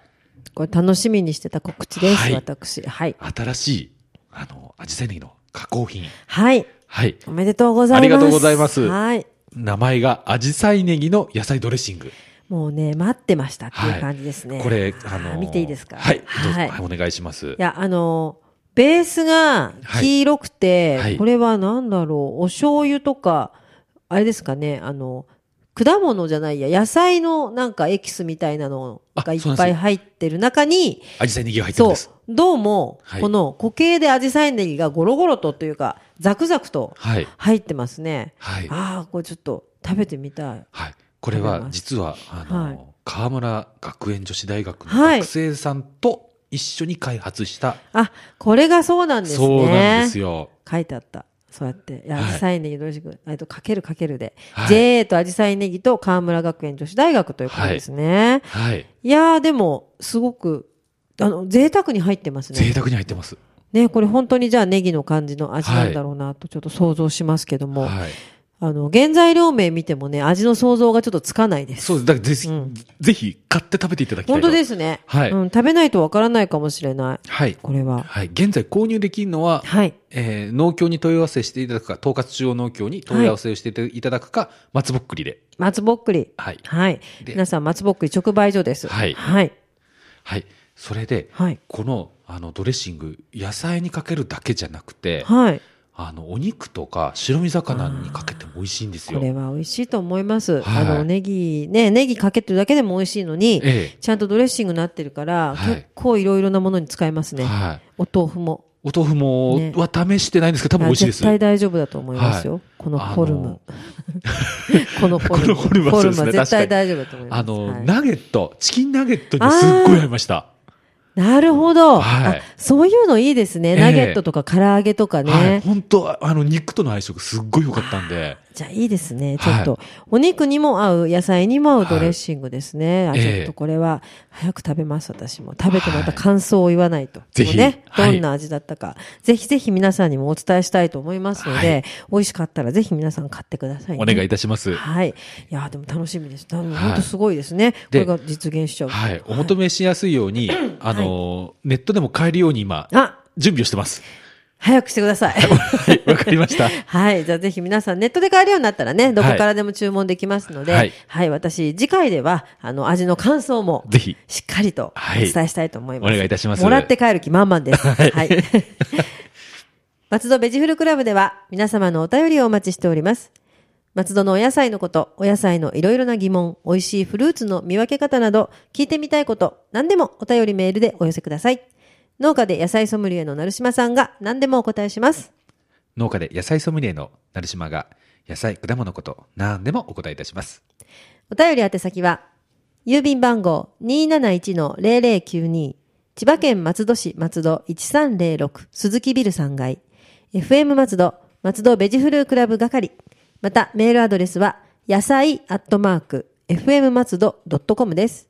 Speaker 1: これ楽しみにしてた告知です、
Speaker 2: はい
Speaker 1: 私。はい。
Speaker 2: 新しい、あの、アジサイネギの加工品。
Speaker 1: はい。
Speaker 2: はい。
Speaker 1: おめでとうございます。
Speaker 2: ありがとうございます
Speaker 1: はい。
Speaker 2: 名前が、アジサイネギの野菜ドレッシング。
Speaker 1: もうね、待ってましたって
Speaker 2: はい
Speaker 1: いう感じですね。
Speaker 2: これ、あの
Speaker 1: ー見ていいですか
Speaker 2: はい。どうぞ、
Speaker 1: はい
Speaker 2: はいお願いします。
Speaker 1: いや、あの、ベースが黄色くて、
Speaker 2: はいはい
Speaker 1: これは何だろう、お醤油とか、あれですかね、あの、果物じゃないや、野菜のなんかエキスみたいなのが
Speaker 2: あ
Speaker 1: いっ
Speaker 2: そうなん
Speaker 1: ぱ
Speaker 2: で
Speaker 1: い
Speaker 2: す
Speaker 1: 入ってる中に、
Speaker 2: アジサイネギが入ってるん
Speaker 1: そう
Speaker 2: です。、
Speaker 1: どうも、
Speaker 2: はい
Speaker 1: この固形でアジサイネギがゴロゴロとというか、ザクザクと
Speaker 2: はい。
Speaker 1: 入ってますね。
Speaker 2: はい。
Speaker 1: ああ、これちょっと食べてみたい。
Speaker 2: はい。これは、実は、あの、
Speaker 1: はい
Speaker 2: 河村学園女子大学の
Speaker 1: はい
Speaker 2: 学生さんと一緒に開発した、
Speaker 1: あ、これがそうなんですね。
Speaker 2: そうなんですよ。
Speaker 1: 書いてあった。そうやって。いや、
Speaker 2: はい
Speaker 1: アジサイネギどうしく、えっと、かけるかけるで。
Speaker 2: はい
Speaker 1: JA とアジサイネギと河村学園女子大学ということですね。い、
Speaker 2: はい。
Speaker 1: やー、でも、すごく、あの、贅沢に入ってます
Speaker 2: 贅
Speaker 1: ね。
Speaker 2: 沢に入ってます。
Speaker 1: ね、これ本当にじゃあネギの感じの味なんだろうなとちょっと想像しますけども、
Speaker 2: はい。
Speaker 1: あの、原材料名見てもね、味の想像がちょっとつかないです。
Speaker 2: そうです。だからぜひ、
Speaker 1: うん
Speaker 2: ぜひ買って食べていただきたい
Speaker 1: 本
Speaker 2: と。
Speaker 1: 当ですね。
Speaker 2: はい
Speaker 1: うん、食べないとわからないかもしれない。
Speaker 2: はい。
Speaker 1: これは。
Speaker 2: はい。現在購入できるのは、
Speaker 1: はい。
Speaker 2: えー農協に問い合わせしていただくか、統括中央農協に問い合わせをしていただくか、松ぼっくりで。
Speaker 1: 松ぼっくり。
Speaker 2: はい。
Speaker 1: はい。
Speaker 2: で
Speaker 1: 皆さん、松ぼっくり直売所です。
Speaker 2: はい
Speaker 1: はい。
Speaker 2: はい。それで、
Speaker 1: はい。
Speaker 2: この、あの、ドレッシング、野菜にかけるだけじゃなくて、
Speaker 1: はい。
Speaker 2: あの、お肉とか白身魚にかけても美味しいんです
Speaker 1: こ
Speaker 2: よ。
Speaker 1: れは美味しいと思います。
Speaker 2: はい
Speaker 1: あの、ネギ、ね、ネギかけてるだけでも美味しいのに、
Speaker 2: え
Speaker 1: ちゃんとドレッシングになってるから、
Speaker 2: はい
Speaker 1: 結構いろいろなものに使えます
Speaker 2: え
Speaker 1: ね。
Speaker 2: はい。
Speaker 1: お豆腐も。
Speaker 2: お豆腐も、
Speaker 1: ね
Speaker 2: は試してないんですけど、多分美味しいです。
Speaker 1: 絶対大丈夫だと思いますよ。
Speaker 2: は
Speaker 1: このフォル
Speaker 2: あ
Speaker 1: ム
Speaker 2: の。
Speaker 1: このフォルム。
Speaker 2: このフォルムは
Speaker 1: フォ
Speaker 2: そう
Speaker 1: ル
Speaker 2: で
Speaker 1: ム
Speaker 2: す
Speaker 1: は
Speaker 2: ね
Speaker 1: 絶対大丈夫だと思います。
Speaker 2: あの、
Speaker 1: はい
Speaker 2: ナゲット、チキンナゲットにすっごい合いました。
Speaker 1: なるほど、
Speaker 2: はい
Speaker 1: あそういうのいいですね。
Speaker 2: ええ
Speaker 1: ナゲットとか唐揚げとかね。
Speaker 2: はい。本当あの、肉との相性がすっごい良かったんで。
Speaker 1: じゃあいいですね。ちょ
Speaker 2: は
Speaker 1: っ
Speaker 2: い
Speaker 1: と、お肉にも合う、野菜にも合うドレッシングですね。
Speaker 2: はい
Speaker 1: あ
Speaker 2: え
Speaker 1: ち
Speaker 2: え
Speaker 1: ょっとこれは、早く食べます、私も。食べてまた感想を言わないと。
Speaker 2: ぜひ
Speaker 1: ね、
Speaker 2: は
Speaker 1: ど
Speaker 2: い
Speaker 1: んな味だったか、ぜひぜひ皆さんにもお伝えしたいと思いますので、
Speaker 2: は
Speaker 1: 美味しかったらぜひ皆さん買ってください、ね。
Speaker 2: お願いいたします。
Speaker 1: はい。いやーでも楽しみです。でも
Speaker 2: はい
Speaker 1: 本当すごいですね、こ
Speaker 2: で
Speaker 1: れが実現しちゃう。
Speaker 2: はい。お求めしやすいように、あの、ネットでも買えるように今、
Speaker 1: あ、
Speaker 2: 準備をしてます。
Speaker 1: 早くしてくだ さい。
Speaker 2: はい。わかりました。
Speaker 1: はい。じゃあぜひ皆さんネットで買えるようになったらね、どこからでも注文できますので、は
Speaker 2: はいい。
Speaker 1: 私、次回では、あの、味の感想も、
Speaker 2: ぜひ
Speaker 1: しっかりと
Speaker 2: は
Speaker 1: お
Speaker 2: い
Speaker 1: 伝えしたいと思います。
Speaker 2: お願いいたします
Speaker 1: もらって帰る気満々です。はい。
Speaker 2: い
Speaker 1: 松戸ベジフルクラブでは、皆様のお便りをお待ちしております。松戸のお野菜のこと、お野菜のいろいろな疑問、美味しいフルーツの見分け方など、聞いてみたいこと、何でもお便りメールでお寄せください。農家で野菜ソムリエの成島さんが何でもお答えします。
Speaker 2: 農家で野菜ソムリエの成島が野菜、果物のこと、何でもお答えいたします。
Speaker 1: お便り宛先は、郵便番号271-0092、千葉県松戸市松戸1306鈴木ビル3階、FM 松戸松戸ベジフルークラブ係、またメールアドレスは、野菜アットマーク、FM 松戸 .com です。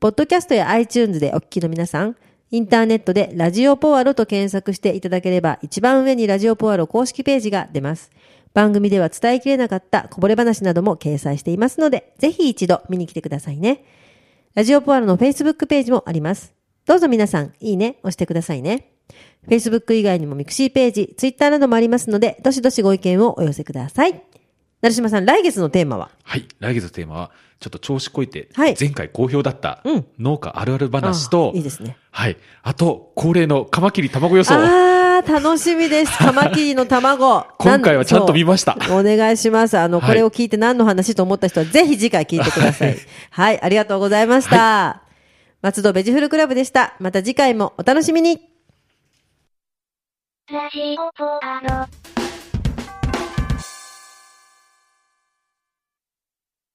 Speaker 1: ポッドキャストや iTunes でお聞きの皆さん、インターネットでラジオポアロと検索していただければ、一番上にラジオポアロ公式ページが出ます。番組では伝えきれなかったこぼれ話なども掲載していますので、ぜひ一度見に来てくださいね。ラジオポアロの Facebook ページもあります。どうぞ皆さん、いいね、押してくださいね。Facebook 以外にもミクシーページ、Twitter などもありますので、どしどしご意見をお寄せください。成島さん、来月のテーマは
Speaker 2: はい。来月のテーマは、ちょっと調子こいて、
Speaker 1: はい
Speaker 2: 前回好評だった
Speaker 1: うん、
Speaker 2: 農家あるある話と、
Speaker 1: あいいですね。
Speaker 2: はい。あと、恒例のカマキリ卵予想。。
Speaker 1: あー、楽しみです。カマキリの卵
Speaker 2: 今回はちゃんと見ました
Speaker 1: なんそうお願いします。あの、
Speaker 2: はい
Speaker 1: これを聞いて何の話と思った人は、ぜひ次回聞いてくだ さい。はい、ありがとうございました。松戸ベジフルクラブでした。また次回もお楽しみに。
Speaker 3: ラジオポアド。